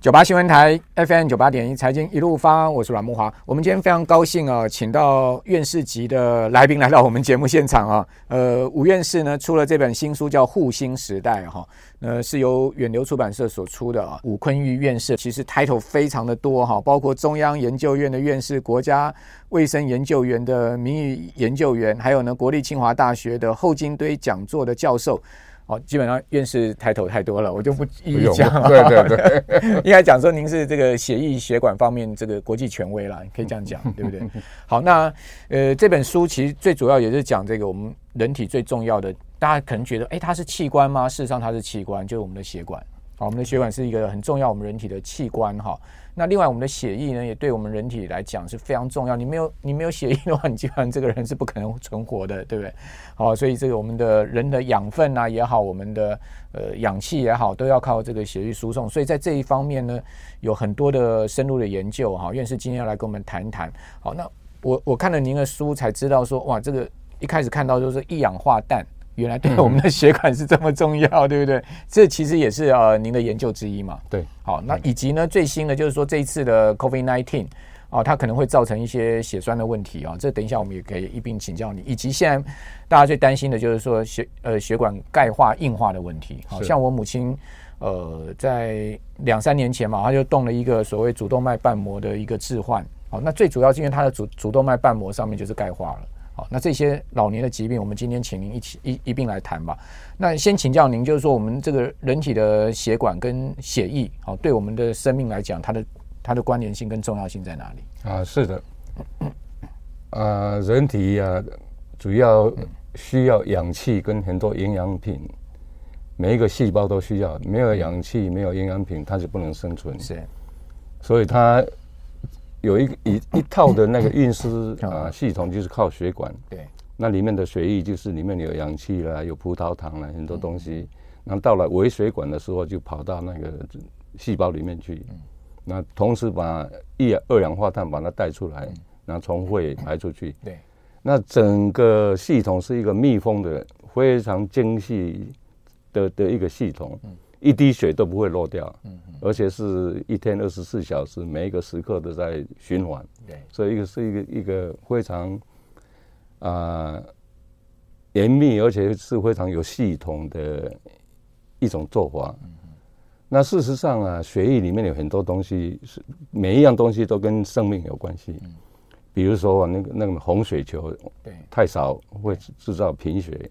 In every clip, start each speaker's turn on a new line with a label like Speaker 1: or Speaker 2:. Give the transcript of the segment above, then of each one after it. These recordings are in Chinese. Speaker 1: 九八新闻台 FM 九八点一财经一路发，我是阮木华。我们今天非常高兴啊，请到院士级的来宾来到我们节目现场啊。呃，吴院士呢出了这本新书叫《护心时代》哈、呃是由远流出版社所出的啊。吴坤玉院士其实 title 非常的多哈、包括中央研究院的院士、国家卫生研究院的名誉研究员，还有呢国立清华大学的后金堆讲座的教授。哦，基本上院士 title 太多了，我就不一一
Speaker 2: 不用
Speaker 1: 讲了。
Speaker 2: 对对对。
Speaker 1: 应该讲说您是这个血液血管方面这个国际权威啦，可以这样讲，对不对？好，那呃这本书其实最主要也是讲这个我们人体最重要的，大家可能觉得哎它是器官吗？事实上它是器官，就是我们的血管。好，我们的血管是一个很重要我们人体的器官哈。那另外我们的血液呢，也对我们人体来讲是非常重要。你没有你没有血液的话，你基本上这个人是不可能存活的，对不对？好，所以这个我们的人的养分啊也好，我们的呃氧气也好，都要靠这个血液输送。所以在这一方面呢，有很多的深入的研究哈。院士今天要来跟我们谈谈。好，那我我看了您的书才知道说，哇，这个一开始看到就是一氧化氮。原来对我们的血管是这么重要，对不对？这其实也是呃您的研究之一嘛。
Speaker 2: 对，
Speaker 1: 好，那以及呢，最新的就是说这一次的 COVID-19 啊，它可能会造成一些血栓的问题啊，这等一下我们也可以一并请教你。以及现在大家最担心的就是说血呃血管钙化硬化的问题。好、
Speaker 2: 是
Speaker 1: 像我母亲呃在两三年前嘛，她就动了一个所谓主动脉瓣膜的一个置换。好、那最主要是因为她的主主动脉瓣膜上面就是钙化了。好，那这些老年的疾病，我们今天请您一起一一并来谈吧。那先请教您，就是说我们这个人体的血管跟血液，好、对我们的生命来讲，它的它的关联性跟重要性在哪里？
Speaker 2: 啊，是的，啊，人体啊，主要需要氧气跟很多营养品，每一个细胞都需要，没有氧气，没有营养品，它是不能生存，
Speaker 1: 是
Speaker 2: 所以它有一个一一套的那个运输啊系统，就是靠血管，
Speaker 1: 对，
Speaker 2: 那里面的血液就是里面有氧气啦，有葡萄糖啦，很多东西。那到了微血管的时候，就跑到那个细胞里面去。那同时把一氧二氧化碳把它带出来，然后从肺排出去。
Speaker 1: 对，
Speaker 2: 那整个系统是一个密封的，非常精细的的一个系统，一滴血都不会漏掉，而且是一天二十四小时，每一个时刻都在循环
Speaker 1: 对，
Speaker 2: 所以一个是一个一个非常啊、呃严密，而且是非常有系统的一种做法。那事实上啊，血液里面有很多东西是每一样东西都跟生命有关系，比如说、啊、那个那个红血球，
Speaker 1: 对，嗯
Speaker 2: 太少会制制造贫血，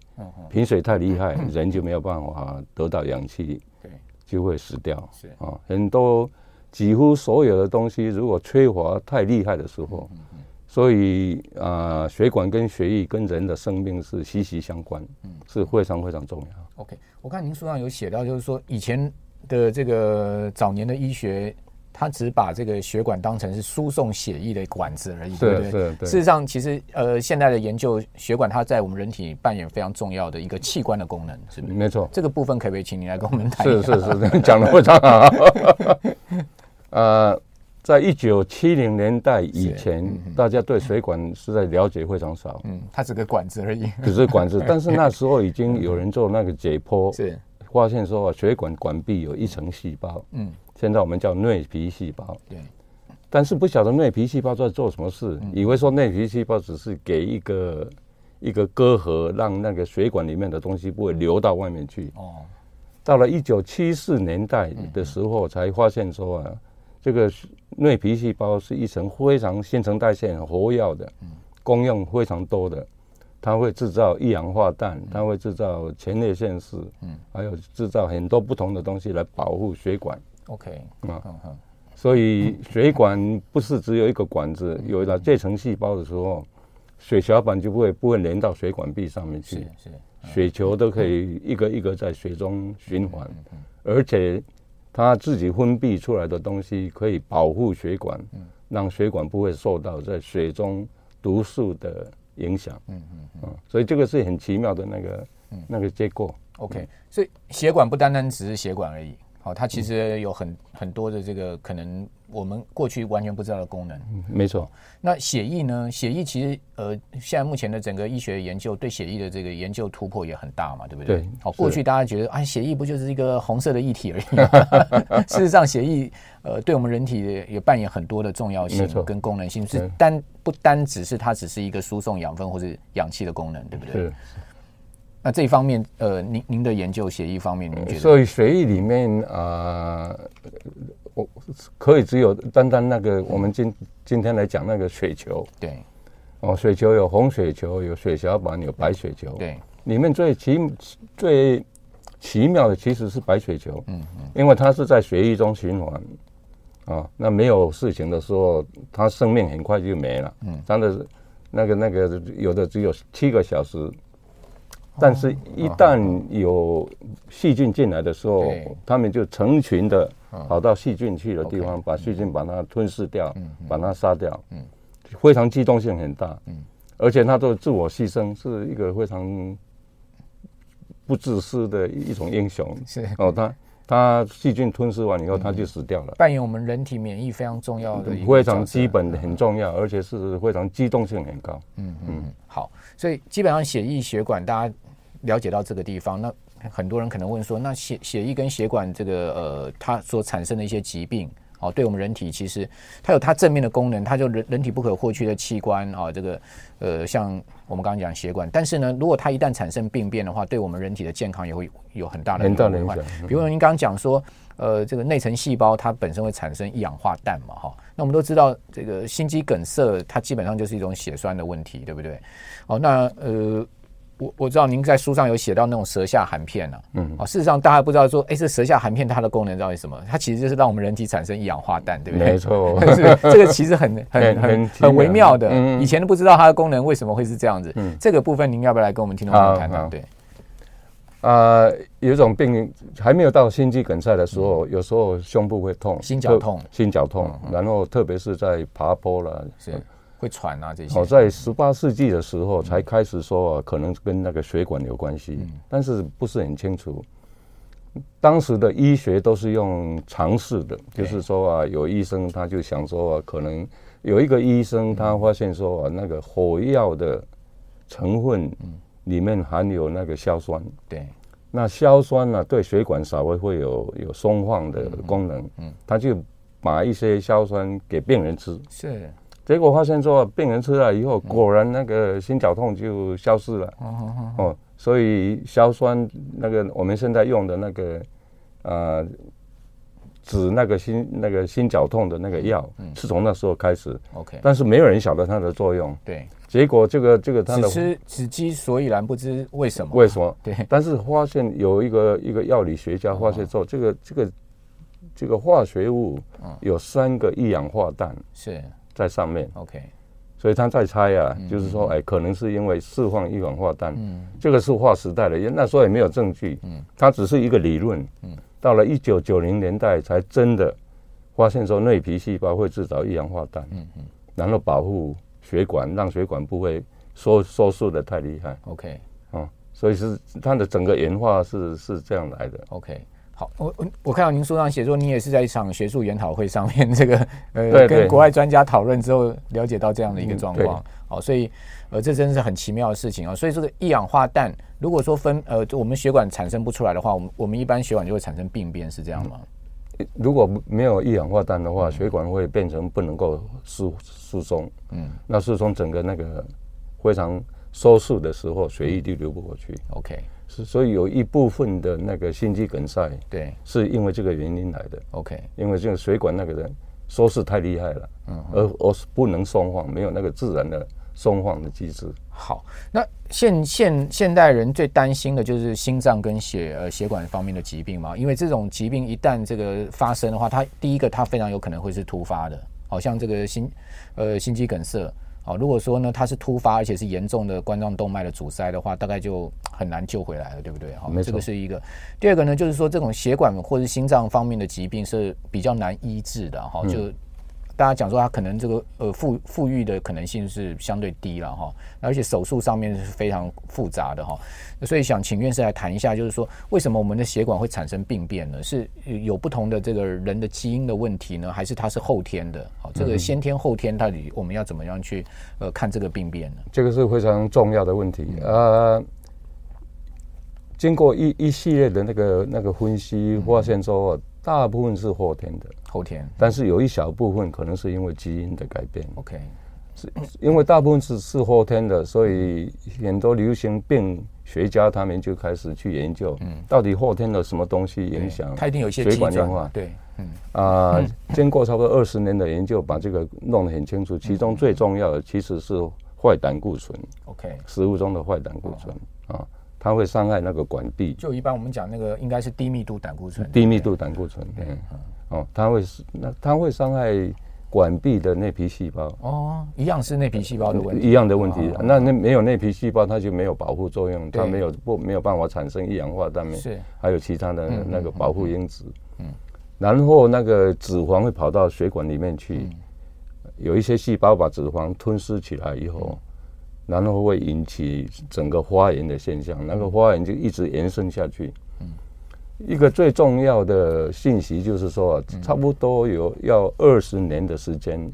Speaker 2: 贫血太 厉害，人就没有办法得到氧气，
Speaker 1: 对，
Speaker 2: 就会死掉。
Speaker 1: 是
Speaker 2: 啊、很多几乎所有的东西，如果缺乏太厉害的时候，
Speaker 1: 嗯
Speaker 2: 所以啊、呃血管跟血液跟人的生命是息息相关，
Speaker 1: 嗯
Speaker 2: 是非常非常重要。
Speaker 1: OK，我看您书上有写到，就是说以前的这个早年的医学，它只把这个血管当成是输送血液的管子而已，对不对？
Speaker 2: 是对
Speaker 1: 事实上，其实呃，现在的研究，血管它在我们人体扮演非常重要的一个器官的功能，是不是？
Speaker 2: 没错。
Speaker 1: 这个部分可不可以请您来跟我们谈一
Speaker 2: 是
Speaker 1: 下？
Speaker 2: 是是， 讲的非常好。 呃，在一九七零年代以前，大家对水管实在了解非常少，
Speaker 1: 嗯，它只是个管子而已。
Speaker 2: 只是 管制。但是那时候已经有人做那个解剖，
Speaker 1: 是，
Speaker 2: 发现说啊，血管管壁有一层细胞，
Speaker 1: 嗯，
Speaker 2: 现在我们叫内皮细胞。
Speaker 1: 对，
Speaker 2: 但是不晓得内皮细胞在做什么事，以为说内皮细胞只是给一个一个隔阂，让那个血管里面的东西不会流到外面去。
Speaker 1: 哦，
Speaker 2: 到了一九七四年代的时候，才发现说啊，这个内皮细胞是一层非常新陈代谢很活跃的，功用非常多的，它会制造一氧化氮，它会制造前列腺素，还有制造很多不同的东西来保护血管。
Speaker 1: OK，
Speaker 2: 啊
Speaker 1: 嗯哼，
Speaker 2: 所以血管不是只有一个管子，有了这层细胞的时候，血小板就不会不会连到血管壁上面去
Speaker 1: 是。是，
Speaker 2: 雪球都可以一个一个在水中循环，而且它自己分泌出来的东西可以保护血管，让血管不会受到在水中毒素的影响。嗯嗯啊，所以这个是很奇妙的那个那个结构。
Speaker 1: OK，所以血管不单单只是血管而已，好、它其实有很很多的这个可能我们过去完全不知道的功能。
Speaker 2: 没错，
Speaker 1: 那血液呢？血液其实呃，现在目前的整个医学研究对血液的这个研究突破也很大嘛，对不对？
Speaker 2: 对
Speaker 1: 好，
Speaker 2: 是
Speaker 1: 过去大家觉得啊，血液不就是一个红色的液体而已 吗？事实上，血液呃，对我们人体也扮演很多的重要性
Speaker 2: 没错
Speaker 1: 跟功能性，是
Speaker 2: 对
Speaker 1: 单不单只是它只是一个输送养分或是氧气的功能，对不对？
Speaker 2: 是。
Speaker 1: 那这一方面，呃，您您的研究血液方面，您觉得
Speaker 2: 所以血液里面啊、呃我可以只有单单那个我们今今天来讲那个雪球
Speaker 1: 对
Speaker 2: 哦，雪球有红雪球，有血小板，有白血球。，
Speaker 1: 对
Speaker 2: 里面最奇最奇妙的其实是白血球，嗯嗯，因为它是在血液中循环。啊、那没有事情的时候，它生命很快就没了。嗯，它的那个那个有的只有七个小时，但是一旦有细菌进来的时候
Speaker 1: 对，
Speaker 2: 它们就成群的跑到细菌去的地
Speaker 1: OK，
Speaker 2: 方，把细菌把它吞噬掉，把它杀掉。嗯，非常机动性很大。嗯，而且它都自我牺牲，是一个非常不自私的一种英雄。
Speaker 1: 是
Speaker 2: 哦，它它细菌吞噬完以后，它就死掉了。嗯
Speaker 1: 扮演我们人体免疫非常重要的一个
Speaker 2: 非
Speaker 1: 角
Speaker 2: 常
Speaker 1: 色
Speaker 2: 基本的很重要，而且是非常机动性很高。
Speaker 1: 嗯好，所以基本上血液血管大家了解到这个地方，那很多人可能问说，那血血液跟血管这个呃，它所产生的一些疾病。哦，对我们人体其实它有它正面的功能，它就人人体不可或缺的器官啊、这个呃，像我们刚刚讲血管，但是呢，如果它一旦产生病变的话，对我们人体的健康也会有很大的
Speaker 2: 很大的
Speaker 1: 危害
Speaker 2: 影响
Speaker 1: 比如您刚刚讲说，呃，这个内层细胞它本身会产生一氧化氮嘛，哈、那我们都知道这个心肌梗塞它基本上就是一种血栓的问题，对不对？哦，那呃，我我知道您在书上有写到那种舌下含片啊，嗯，哦，事实上大家不知道说，哎，这舌下含片它的功能到底是什么？它其实就是让我们人体产生一氧化 氮，对不对？，
Speaker 2: 没错
Speaker 1: 是这个其实很很
Speaker 2: 很
Speaker 1: 很
Speaker 2: 很
Speaker 1: 很微
Speaker 2: 奇妙
Speaker 1: 妙的，
Speaker 2: 嗯
Speaker 1: 以前都不知道它的功能为什么会是这样子。这个部分您要不要来跟我们听众朋友
Speaker 2: 好
Speaker 1: 谈谈？
Speaker 2: 好
Speaker 1: 对，
Speaker 2: 啊、有一种病还没有到心肌梗塞的时候，有时候胸部会痛，
Speaker 1: 心绞痛嗯
Speaker 2: 特，心绞痛，然后特别是在爬坡了。
Speaker 1: 是会喘啊这些
Speaker 2: 哦，，在十八世纪的时候才开始说、啊、可能跟那个血管有关系，但是不是很清楚。当时的医学都是用尝试的，
Speaker 1: 对
Speaker 2: 就是说啊，有医生他就想说啊，可能有一个医生他发现说啊，那个火药的成分里面含有那个硝酸，
Speaker 1: 对
Speaker 2: 那硝酸呢、对血管稍微会有有松放的功能，嗯，他就把一些硝酸给病人吃，
Speaker 1: 是，
Speaker 2: 结果发现说病人吃了以后，果然那个心绞痛就消失了，
Speaker 1: 嗯哦
Speaker 2: 哦，所以硝酸那个我们现在用的那个，呃，止那个心那个心绞痛的那个药，
Speaker 1: 嗯
Speaker 2: 是从那时候开始，
Speaker 1: ，OK，
Speaker 2: 但是没有人晓得它的作用，
Speaker 1: 对，
Speaker 2: 结果这个这个它
Speaker 1: 只
Speaker 2: 的
Speaker 1: 吃只鸡所以然，不知为什么。
Speaker 2: 为什么？
Speaker 1: 对
Speaker 2: 但是发现有一个一个药理学家发现
Speaker 1: 哦
Speaker 2: 说，这个这个这个化学物
Speaker 1: 嗯
Speaker 2: 有三个一氧化氮
Speaker 1: 是
Speaker 2: 在上面，
Speaker 1: OK，
Speaker 2: 所以他在猜啊，就是说，哎，可能是因为释放一氧化氮，这个是划时代的，因为那时候也没有证据，它只是一个理论，到了一九九零年代才真的发现说内皮细胞会制造一氧化氮，然后保护血管，让血管不会收收缩的太厉害。
Speaker 1: OK
Speaker 2: 哦，所以是它的整个演化是是这样来的。
Speaker 1: OK。好，我我我看到您书上写说，你也是在一场学术研讨会上面， 这个呃，
Speaker 2: 对对
Speaker 1: 跟国外专家讨论之后，了解到这样的一个
Speaker 2: 嗯
Speaker 1: 状
Speaker 2: 对
Speaker 1: 况。好、所以呃，这真是很奇妙的事情啊、所以这个一氧化氮，如果说分呃，就我们血管产生不出来的话，我们我们一般血管就会产生病变，是这样
Speaker 2: 嗯
Speaker 1: 吗？
Speaker 2: 如果没有一氧化氮的话，血管会变成不能够疏疏松，嗯，那疏松整个那个非常收束的时候，血液就流不过去。
Speaker 1: OK，
Speaker 2: 是，所以有一部分的那个心肌梗塞
Speaker 1: 对
Speaker 2: 是因为这个原因来的，
Speaker 1: ，OK，
Speaker 2: 因为这个血管那个人收缩太厉害了，嗯，而而是不能松放，没有那个自然的松放的机制。
Speaker 1: 好，那现现现代人最担心的就是心脏跟血呃血管方面的疾病嘛，因为这种疾病一旦这个发生的话，它第一个它非常有可能会是突发的，好、像这个心呃心肌梗塞，好、如果说呢它是突发而且是严重的冠状动脉的阻塞的话，大概就很难救回来了，对不对？好、
Speaker 2: 没错
Speaker 1: 这个是一个。第二个呢，就是说这种血管或是心脏方面的疾病是比较难医治的哈、就大家讲说它可能这个呃富富裕的可能性是相对低了哈，而且手术上面是非常复杂的哈，所以想请院士来谈一下，就是说为什么我们的血管会产生病变呢？是呃有不同的这个人的基因的问题呢，还是它是后天的？好，
Speaker 2: 嗯
Speaker 1: 这个先天后天到底我们要怎么样去呃看这个病变呢？
Speaker 2: 这个是非常重要的问题。
Speaker 1: 嗯
Speaker 2: 呃，经过一一系列的那个那个分析，发现说大部分是后天的，
Speaker 1: 后天
Speaker 2: 但是有一小部分可能是因为基因的改变，
Speaker 1: ，OK，
Speaker 2: 是因为大部分是是后天
Speaker 1: 嗯
Speaker 2: 的，所以很多流行病学家他们就开始去研究，到底后天的什么东西影响
Speaker 1: 嗯它一定有一些
Speaker 2: 血管
Speaker 1: 机
Speaker 2: 硬
Speaker 1: 转嗯
Speaker 2: 化。
Speaker 1: 对，嗯，
Speaker 2: 啊、经过差不多二十年的研究，把这个弄得很清楚。其
Speaker 1: 嗯
Speaker 2: 中最重要的其实是坏胆固醇，
Speaker 1: OK，
Speaker 2: 食物中的坏胆固醇啊，它会伤害那个管壁，
Speaker 1: 就一般我们讲那个应该是低密度胆固醇，
Speaker 2: 低密度胆固醇，嗯，哦，它会那它会伤害管壁的内皮细胞，
Speaker 1: 哦，一样是内皮细胞的问
Speaker 2: 一
Speaker 1: 题。
Speaker 2: 样的问题
Speaker 1: 哦。
Speaker 2: 那那没有内皮细胞，它就没有保护作用，它
Speaker 1: 对
Speaker 2: 没有不没有办法产生一氧化氮，
Speaker 1: 是
Speaker 2: 还有其他的
Speaker 1: 嗯
Speaker 2: 那个保护因子。然后那个脂肪会跑到血管里面去，
Speaker 1: 嗯
Speaker 2: 有一些细胞把脂肪吞噬起来以
Speaker 1: 嗯
Speaker 2: 后，然后会引起整个发炎的现
Speaker 1: 嗯
Speaker 2: 象，那个发炎就一直延伸下去。一个最重要的信息就是说啊，
Speaker 1: 嗯
Speaker 2: 差不多有要二十年的时间，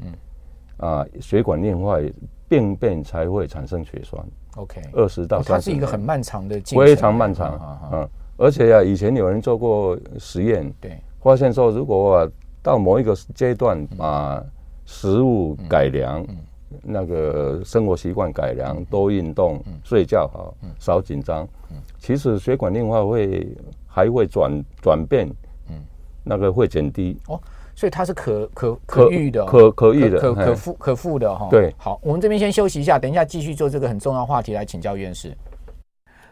Speaker 2: 啊，血管硬化病变才会产生血栓，
Speaker 1: OK，
Speaker 2: 二十到
Speaker 1: 哦它
Speaker 2: 三十
Speaker 1: 是
Speaker 2: 年，
Speaker 1: 一个很漫长的进程，
Speaker 2: 非常漫长
Speaker 1: 啊啊
Speaker 2: 啊、
Speaker 1: 啊
Speaker 2: 嗯而且啊，以前有人做过实验，
Speaker 1: 对，
Speaker 2: 发现说，如果、啊、到某一个阶段把食物改良，那个生活习惯改良，多运动，睡觉好，少紧张，其实血管硬化会还会转转变，那个会减低，
Speaker 1: 哦，所以它是可可
Speaker 2: 可
Speaker 1: 可遇的哦，
Speaker 2: 可可遇的
Speaker 1: 可可可
Speaker 2: 嘿
Speaker 1: 复可复的哈。
Speaker 2: 对
Speaker 1: 好，我们这边先休息一下，等一下继续做这个很重要话题来请教院士。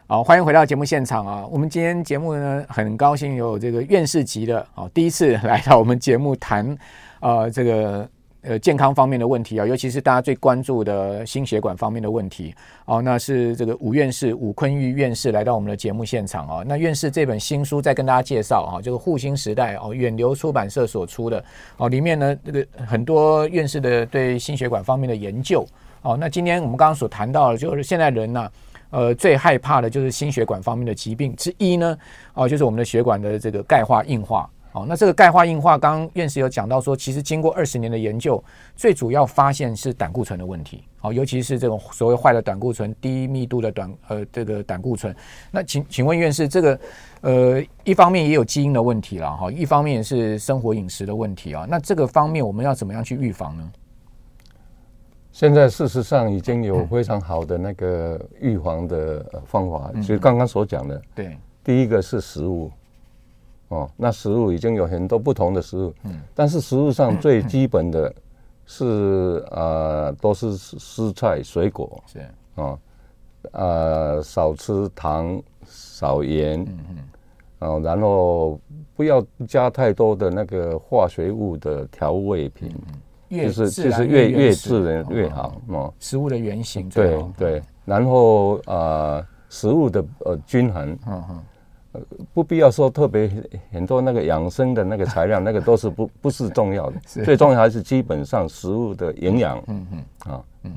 Speaker 1: 好，欢迎回到节目现场啊！我们今天节目呢，很高兴有这个院士级的哦，第一次来到我们节目谈，呃，这个呃健康方面的问题啊，尤其是大家最关注的心血管方面的问题哦。那是这个吴院士吴坤玉院士来到我们的节目现场啊。那院士这本新书在跟大家介绍啊，这个护心时代哦，远流出版社所出的哦，里面呢这个很多院士的对心血管方面的研究哦。那今天我们刚刚所谈到的，就是现在人呢、呃，最害怕的就是心血管方面的疾病之一呢，哦，就是我们的血管的这个钙化硬化。哦，那这个钙化硬化，刚刚院士有讲到说，其实经过二十年的研究，最主要发现是胆固醇的问题。哦，尤其是这种所谓坏的胆固醇、低密度的短呃这个胆固醇。那请请问院士，这个呃一方面也有基因的问题了哈、一方面也是生活饮食的问题啊。那这个方面我们要怎么样去预防呢？
Speaker 2: 现在事实上已经有非常好的那个预防的呃方法，就是刚刚所讲的，
Speaker 1: 对，
Speaker 2: 第一个是食物，哦，那食物已经有很多不同的食物，
Speaker 1: 嗯
Speaker 2: 但是食物上最基本的是呃都是蔬蔬菜水果
Speaker 1: 是
Speaker 2: 哦，呃少吃糖少盐，
Speaker 1: 嗯
Speaker 2: 哦，然后不要加太多的那个化学物的调味品，
Speaker 1: 嗯越
Speaker 2: 就是
Speaker 1: 自
Speaker 2: 就
Speaker 1: 然
Speaker 2: 是越越
Speaker 1: 实
Speaker 2: 自然越
Speaker 1: 哦
Speaker 2: 好哦，
Speaker 1: 食物的原型最
Speaker 2: 对
Speaker 1: 好。
Speaker 2: 对，然后呃食物的呃均衡。呃
Speaker 1: 嗯哼。
Speaker 2: 不必要说特别很多那个养生的那个材料，那个都是 不不是重要的，最重要还是基本上食物的营养。嗯嗯啊嗯，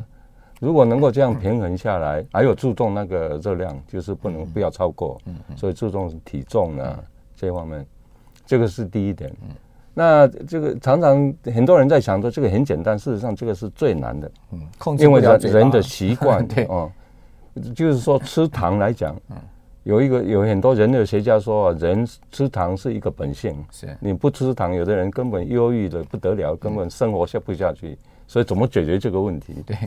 Speaker 2: 如果能够这样平衡下来，还有注重那个热量，就是不能不要超过。嗯所以注重体重呢、这方面，这个是第一点。嗯，那这个常常很多人在想说这个很简单，事实上这个是最难的。
Speaker 1: 嗯，控制
Speaker 2: 因
Speaker 1: 不
Speaker 2: 为
Speaker 1: 了
Speaker 2: 人
Speaker 1: 嘴巴
Speaker 2: 人的 习惯，
Speaker 1: 对嗯
Speaker 2: 哦，就是说吃糖来讲，有一个有很多人类学家说啊，人吃糖是一个本性，
Speaker 1: 是
Speaker 2: 你不吃糖，有的人根本忧郁的不得了，根本生活下不下去，所以怎么解决这个问题？
Speaker 1: 嗯对，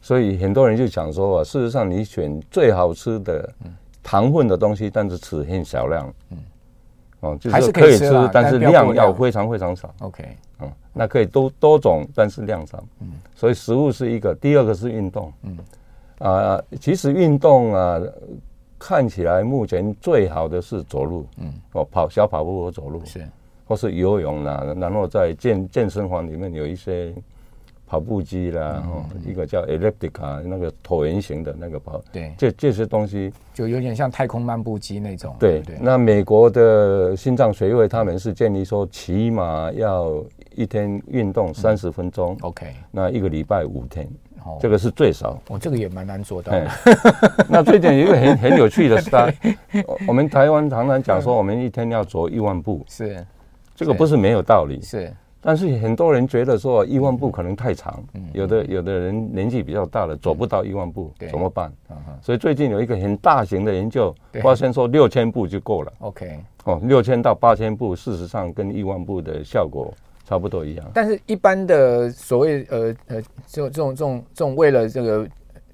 Speaker 2: 所以很多人就想说啊，事实上你选最好吃的
Speaker 1: 嗯
Speaker 2: 糖分的东西，但是吃很少量，嗯，哦，就
Speaker 1: 还
Speaker 2: 是
Speaker 1: 是
Speaker 2: 说
Speaker 1: 可
Speaker 2: 可
Speaker 1: 以
Speaker 2: 以
Speaker 1: 吃
Speaker 2: 吃
Speaker 1: 啦，
Speaker 2: 但
Speaker 1: 但
Speaker 2: 是
Speaker 1: 不要过
Speaker 2: 量要
Speaker 1: 量
Speaker 2: 非常非常少。
Speaker 1: OK
Speaker 2: 嗯，那可以多多种，但是量少。嗯，所以食物是一个，第二个是运动。嗯，啊、其实运动啊，看起来目前最好的是走路。嗯，哦，跑小跑步或走路，
Speaker 1: 是
Speaker 2: 或是游泳啦、然后在健健身房里面有一些跑步机啦，哦，一个叫 elliptica 那个椭圆形的那个跑，
Speaker 1: 对，
Speaker 2: 这这些东西，
Speaker 1: 就有点像太空漫步机那种，
Speaker 2: 哦对
Speaker 1: 不，对，
Speaker 2: 那美国的心脏学会他们是建议说，起码要一天运动三十分钟，
Speaker 1: OK，
Speaker 2: 那一个礼拜五天，
Speaker 1: 哦，
Speaker 2: 这个是最少。
Speaker 1: 我这个也蛮难做到
Speaker 2: 哎
Speaker 1: 的，，
Speaker 2: 那最近有一个很很有趣的 是，他我我们台湾常常讲说，我们一天要走一万步，
Speaker 1: 嗯是
Speaker 2: 这个不是没有道理，
Speaker 1: 是，
Speaker 2: 但是很多人觉得说一
Speaker 1: 嗯
Speaker 2: 万步可能太长，有的有的人年纪比较大了，走不到一万步
Speaker 1: 对
Speaker 2: 怎么办？
Speaker 1: 嗯哼
Speaker 2: 所以最近有一个很大型的研究
Speaker 1: 对
Speaker 2: 发现说，六千步就够了
Speaker 1: ，OK。
Speaker 2: 哦，六千到八千步，事实上跟一万步的效果差不多一样。
Speaker 1: 但是，一般的所谓呃呃，就这种这种这种为了这个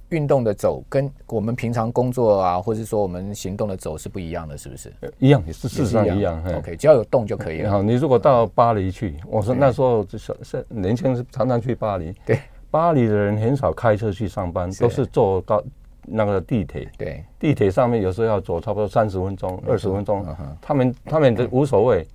Speaker 1: 运动的走，跟我们平常工作啊，或者说我们行动的走是不一样的，是不是？
Speaker 2: 呃一样，事实上
Speaker 1: 也是
Speaker 2: 一样。嘿
Speaker 1: OK，只要有动就可以
Speaker 2: 然
Speaker 1: 了。
Speaker 2: 后你如果到巴黎去，我说那时候就是是年轻人是常常去巴黎，
Speaker 1: 对，
Speaker 2: 巴黎的人很少开车去上班，
Speaker 1: 是
Speaker 2: 都是坐高那个地铁，
Speaker 1: 对，
Speaker 2: 地铁上面有时候要走差不多三十分钟、二十分钟，
Speaker 1: 啊
Speaker 2: 他们他们都
Speaker 1: 嗯
Speaker 2: 无所谓。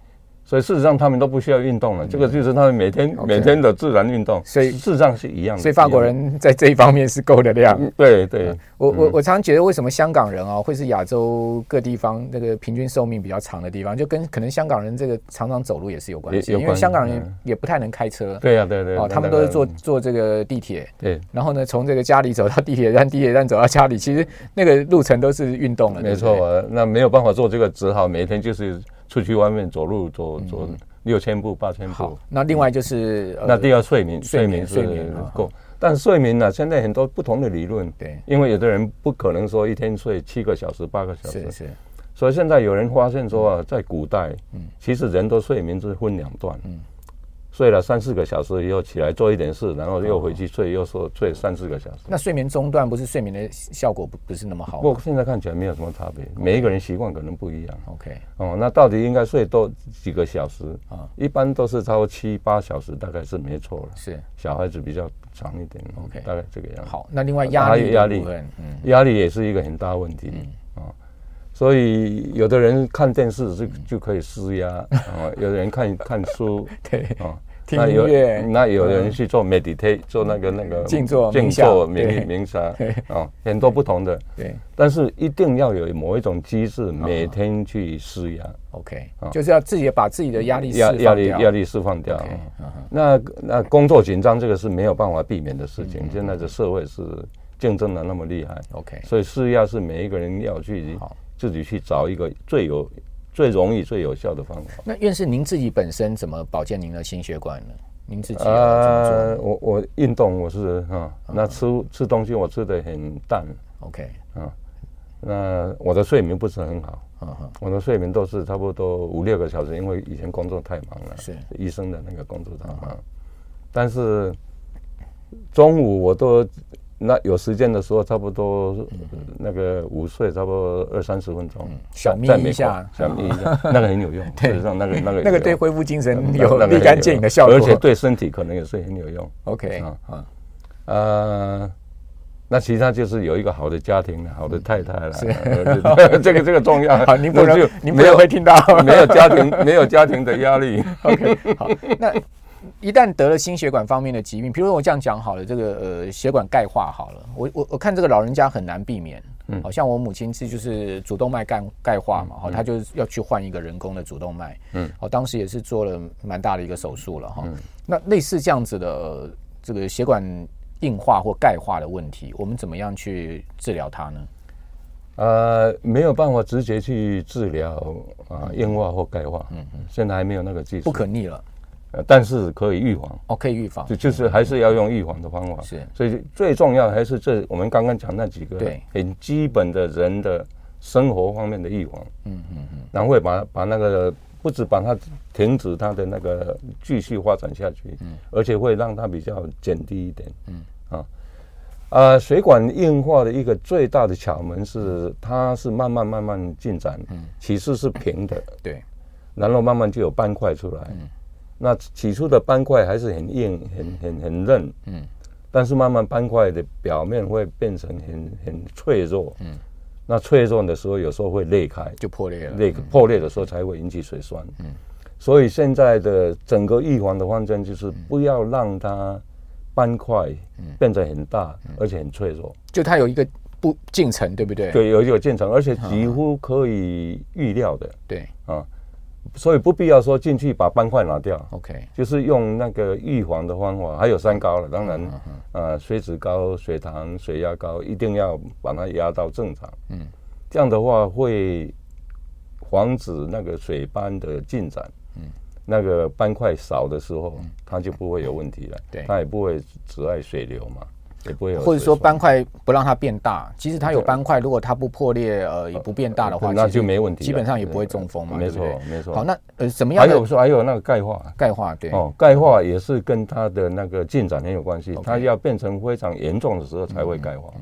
Speaker 2: 所以事实上，他们都不需要运动了，这个就是他们每天
Speaker 1: 哦 OK
Speaker 2: 每天的自然运动。
Speaker 1: 所以
Speaker 2: 事实上是一样的。
Speaker 1: 所以法国人在这一方面是够的量。
Speaker 2: 嗯对对，
Speaker 1: 我我我常觉得，为什么香港人啊、会是亚洲各地方那个平均寿命比较长的地方，就跟可能香港人这个常常走路也是有关系，
Speaker 2: 也有
Speaker 1: 因为
Speaker 2: 关系
Speaker 1: 香港人
Speaker 2: 嗯
Speaker 1: 也不太能开车，
Speaker 2: 对啊呀对对。
Speaker 1: 哦，
Speaker 2: 对
Speaker 1: 他们都是
Speaker 2: 对
Speaker 1: 坐坐这个地铁，
Speaker 2: 对，
Speaker 1: 然后呢，从这个家里走到地铁站，地铁站走到家里，其实那个路程都是运动了，
Speaker 2: 没
Speaker 1: 对不
Speaker 2: 错，啊，那没有办法做这个，只好每天就是出去外面走路，走走六千步、八千
Speaker 1: 对。嗯
Speaker 2: 步
Speaker 1: 好。，那另外就是、呃
Speaker 2: 那第二睡眠，
Speaker 1: 睡
Speaker 2: 睡
Speaker 1: 眠
Speaker 2: 眠
Speaker 1: 睡
Speaker 2: 睡
Speaker 1: 眠
Speaker 2: 眠
Speaker 1: 啊
Speaker 2: 够，但睡眠呢，现在很多不同的理论，
Speaker 1: 对，
Speaker 2: 因为有的人不可能说一天睡七个小时、八个小时
Speaker 1: 是，嗯是
Speaker 2: 所以现在有人发现说啊，在古代，其实人的睡眠是分两段，
Speaker 1: 嗯
Speaker 2: 睡了三四个小时以后起来做一点事，然后
Speaker 1: 哦
Speaker 2: 又回去睡，又说睡三四个小时。
Speaker 1: 那睡眠中断不是睡眠的效果不不是那么好
Speaker 2: 不过现在看起来没有什么差别，每一个人习惯可能不一样。
Speaker 1: ？OK，
Speaker 2: 哦，那到底应该睡多几个小时
Speaker 1: 啊
Speaker 2: 啊？一般都是超过七八小时，大概是没错了。
Speaker 1: 是
Speaker 2: 小孩子比较长一点哦
Speaker 1: OK
Speaker 2: 大概这个样子。
Speaker 1: 好。那另外
Speaker 2: 那
Speaker 1: 压
Speaker 2: 还
Speaker 1: 力
Speaker 2: 有
Speaker 1: 的
Speaker 2: 压力
Speaker 1: 部 分，嗯，
Speaker 2: 压力也是一个很大问题啊、哦所以有的人看电视
Speaker 1: 嗯
Speaker 2: 就就可以施压啊、哦有的 人看看书
Speaker 1: 对，
Speaker 2: 啊。哦
Speaker 1: 听
Speaker 2: 那有嗯
Speaker 1: 音乐嗯
Speaker 2: 那有的人去做 meditate，、做那个那个
Speaker 1: 静坐
Speaker 2: 静
Speaker 1: 冥想
Speaker 2: 坐
Speaker 1: 对
Speaker 2: 冥冥想 啊，很多不同的，
Speaker 1: 对
Speaker 2: 但是一定要有某一种机
Speaker 1: 哦
Speaker 2: 制，每天去施压。
Speaker 1: ，OK，
Speaker 2: 啊
Speaker 1: 就是要自己把自己的压力释
Speaker 2: 压
Speaker 1: 放
Speaker 2: 压力
Speaker 1: 掉
Speaker 2: 压力释放掉。
Speaker 1: OK，嗯
Speaker 2: 哦那那工作紧张这个是没有办法避免的事
Speaker 1: 嗯
Speaker 2: 情，现在的社会是竞争的那么厉害，
Speaker 1: OK，
Speaker 2: 所以事业是每一个人要去
Speaker 1: 好
Speaker 2: 自己去找一个最有最容易最有效的方法。
Speaker 1: 那院士您自己本身怎么保健您的心血管呢？您自己要
Speaker 2: 呃
Speaker 1: 怎么做嗯呢
Speaker 2: 我我运动我是啊，那吃吃东西我吃的很淡，
Speaker 1: ？OK，
Speaker 2: 那我的睡眠不是很好，
Speaker 1: 嗯哼，
Speaker 2: 我的睡眠都是差不多五六个小时，因为以前工作太忙了，
Speaker 1: 是
Speaker 2: 医生的那个工作太忙。但是中午我都那有时间的时候，差不多、呃那个午睡差不多二三十分钟，
Speaker 1: 小
Speaker 2: 在
Speaker 1: 嗯眯一下
Speaker 2: 在美国小眯 一下，那个很有用，事实上那个那个
Speaker 1: 那个
Speaker 2: 有
Speaker 1: 对
Speaker 2: 用
Speaker 1: 恢复精神
Speaker 2: 那
Speaker 1: 有
Speaker 2: 那个
Speaker 1: 立
Speaker 2: 很
Speaker 1: 竿
Speaker 2: 有
Speaker 1: 见影
Speaker 2: 用
Speaker 1: 的效果，
Speaker 2: 而且对身体可能也是很有用。
Speaker 1: OK，
Speaker 2: 啊
Speaker 1: 嗯，
Speaker 2: 呃，那其他就是有一个好的家庭了，好的太太了，儿子这个这个重要。
Speaker 1: 嗯 好，您不
Speaker 2: 那
Speaker 1: 能
Speaker 2: 就
Speaker 1: 您不
Speaker 2: 没
Speaker 1: 能
Speaker 2: 有
Speaker 1: 会听到。
Speaker 2: 没有家庭没有家庭的压力。
Speaker 1: OK，好， 那一旦得了心血管方面的疾病，比如我这样讲好了，这个呃血管钙化好了，我我我看这个老人家很难避免，嗯，好像我母亲是就是主动脉钙钙化嘛，哈、她就是要去换一个人工的主动脉，嗯，好，当时也是做了蛮大的一个手术了哈、那类似这样子的、呃这个血管硬化或钙化的问题，我们怎么样去治疗它呢？
Speaker 2: 呃，没有办法直接去治疗啊，硬化或钙化，嗯嗯，现在还没有那个技术，
Speaker 1: 不可逆了，
Speaker 2: 呃，但是可以预防，
Speaker 1: 哦，可以预防
Speaker 2: 就，就是还是要用预防的方法，
Speaker 1: 是
Speaker 2: 所以最重要还是这我们刚刚讲那几个
Speaker 1: 对
Speaker 2: 很基本的人的生活方面的预防，嗯嗯嗯，然后会把把那个不止把它停止它的那个继续发展下去，嗯，而且会让它比较减低一点，嗯啊。啊，水管硬化的一个最大的巧门是，它是慢慢慢慢进展，起始是平的，
Speaker 1: 对，
Speaker 2: 然后慢慢就有斑块出来。那起初的斑块还是很硬、很很很韧，嗯，但是慢慢斑块的表面会变成很很脆弱，嗯，那脆弱的时候有时候会裂开，
Speaker 1: 就破裂了，
Speaker 2: 裂破裂的时候才会引起水栓，嗯嗯，所以现在的整个预防的方针就是不要让它斑块变得很大，而且很脆弱。
Speaker 1: 就它有一个不进程，对不对？
Speaker 2: 对，有有进程，而 且几乎可以预料的
Speaker 1: 对
Speaker 2: 啊，所以不必要说进去把斑块拿掉，
Speaker 1: ，OK，
Speaker 2: 就是用那个预防的方法，还有三高了，当
Speaker 1: 嗯
Speaker 2: 然，呃，血脂高、血糖、血压高，一定要把它压到正常。嗯，这样的话会防止那个水斑的进展。嗯，那个斑块少的时候，它就不会有问题了。
Speaker 1: 嗯对
Speaker 2: 它也不会阻碍水流嘛，也不会有水
Speaker 1: 或
Speaker 2: 栓。
Speaker 1: 者说斑块不让它变大，即使它有斑块，如果它不破裂，呃，也不变大的话，
Speaker 2: 那
Speaker 1: 其实
Speaker 2: 就没问题了
Speaker 1: 基本上也不会中风嘛，
Speaker 2: 没
Speaker 1: 对不对
Speaker 2: 错没错
Speaker 1: 好，那呃，怎么样
Speaker 2: 还
Speaker 1: 的
Speaker 2: 有说还有那个钙化。
Speaker 1: 钙化？对，
Speaker 2: 哦，钙化也是跟它的那个进展很有关系，它要变成非常严重的时候才会钙化，
Speaker 1: 嗯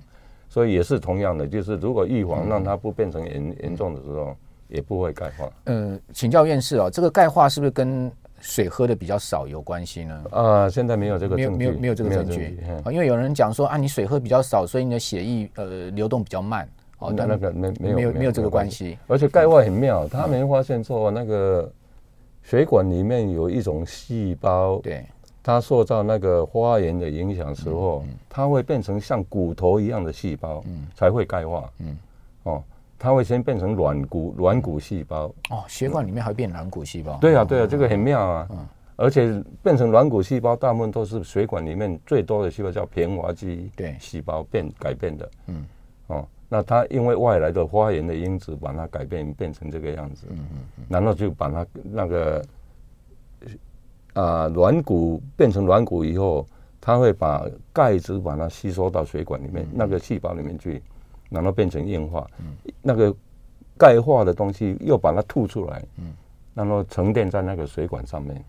Speaker 2: 所以也是同样的，就是如果预防让它不变成严严重的时候，也不会钙化。
Speaker 1: 嗯，请教院士哦，这个钙化是不是跟水喝的比较少有关系呢？
Speaker 2: 啊，现在没有这个
Speaker 1: 没有
Speaker 2: 证据，
Speaker 1: 没有没有这个证据
Speaker 2: 嗯
Speaker 1: 啊，因为有人讲说啊，你水喝比较少，所以你的血液呃流动比较慢，哦，
Speaker 2: 那
Speaker 1: 但
Speaker 2: 那个没没有
Speaker 1: 没有没有这个关。系，嗯
Speaker 2: 而且钙化很妙，他没发现说那个血管里面有一种细胞，
Speaker 1: 对，
Speaker 2: 它受到那个花园的影响时候，它会变成像骨头一样的细胞，才会钙化。嗯，哦，它会先变成软骨软骨细胞。
Speaker 1: 哦，血管里面还会变软骨细胞，
Speaker 2: 对啊，对啊，这个很妙啊。而且变成软骨细胞，大部分都是血管里面最多的细胞叫平滑肌
Speaker 1: 对
Speaker 2: 细胞变改变的。嗯，哦，那它因为外来的花园的因子把它改变变成这个样子。嗯嗯，然后就把它那个啊软骨变成软骨以后，它会把钙质把它吸收到血管里面、那个细胞里面去，然后变成硬化。那个钙化的东西又把它吐出来。嗯。然后沉淀在那个水管上面，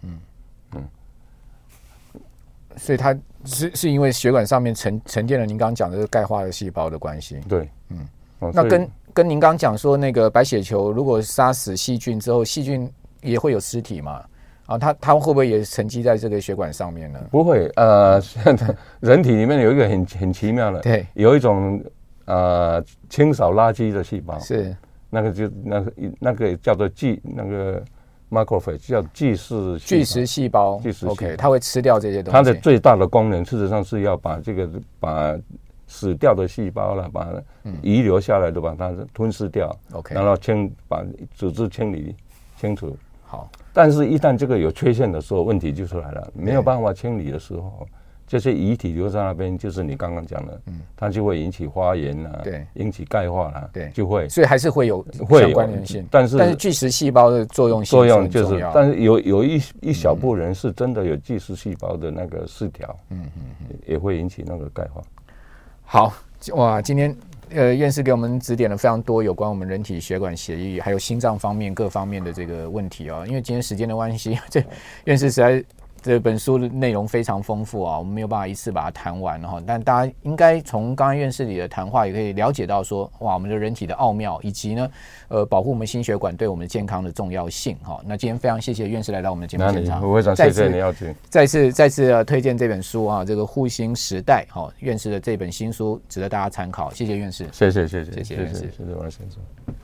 Speaker 1: 所以它是是因为血管上面沉沉淀了您刚刚讲的这个钙化的细胞的关系。
Speaker 2: 对，嗯，哦
Speaker 1: 那
Speaker 2: 所以
Speaker 1: 跟跟您刚刚讲说那个白血球如果杀死细菌之后，细菌也会有尸体嘛？啊，它它会不会也沉积在这个血管上面呢？
Speaker 2: 不会，呃， 现在人体里面有一个很很奇妙的，
Speaker 1: 对，
Speaker 2: 有一种呃清扫垃圾的细胞，
Speaker 1: 是
Speaker 2: 那个就那个那个叫做巨那个 macrophage 叫巨噬细胞
Speaker 1: 巨噬细胞
Speaker 2: 巨噬细胞
Speaker 1: ，OK，它会吃掉这些东西。
Speaker 2: 它的最大的功能，事实上是要把这个把死掉的细胞了，把遗留下来的把它吞噬掉
Speaker 1: 嗯 OK
Speaker 2: 然后清把组织清理清除。
Speaker 1: 好，
Speaker 2: 但是，一旦这个有缺陷的时候，问题就出来了。没有办法清理的时候，这些遗体留在那边，就是你刚刚讲的，它就会引起发炎啊，
Speaker 1: 对
Speaker 2: 引起钙化啦、
Speaker 1: 对
Speaker 2: 就会
Speaker 1: 所以还是会有
Speaker 2: 会有
Speaker 1: 相关联性。
Speaker 2: 但是
Speaker 1: 但是巨噬细胞的作用性
Speaker 2: 作用
Speaker 1: 很
Speaker 2: 就
Speaker 1: 重
Speaker 2: 是
Speaker 1: 要，
Speaker 2: 但是有有一一小部分人是真的有巨噬细胞的那个失调，嗯嗯，也会引起那个钙化。
Speaker 1: 好哇，今天呃，院士给我们指点了非常多有关我们人体血管协议还有心脏方面各方面的这个问题啊、因为今天时间的关系， 这院士实在这本书的内容非常丰富啊，我们没有办法一次把它谈完哈、但大家应该从刚刚院士里的谈话也可以了解到说，哇，我们的人体的奥妙，以及呢，呃，保护我们心血管对我们健康的重要性哈、那今天非常谢谢院士来到我们的节目
Speaker 2: 那
Speaker 1: 现
Speaker 2: 你
Speaker 1: 场，
Speaker 2: 我非常
Speaker 1: 再
Speaker 2: 谢
Speaker 1: 次
Speaker 2: 谢你要去。
Speaker 1: 再次再次、呃、推荐这本书啊，这个《护心时代》哦哈、院士的这本新书值得大家参考，谢谢院士。
Speaker 2: 谢谢谢谢
Speaker 1: 谢谢
Speaker 2: 谢谢
Speaker 1: 谢谢
Speaker 2: 谢谢王先生。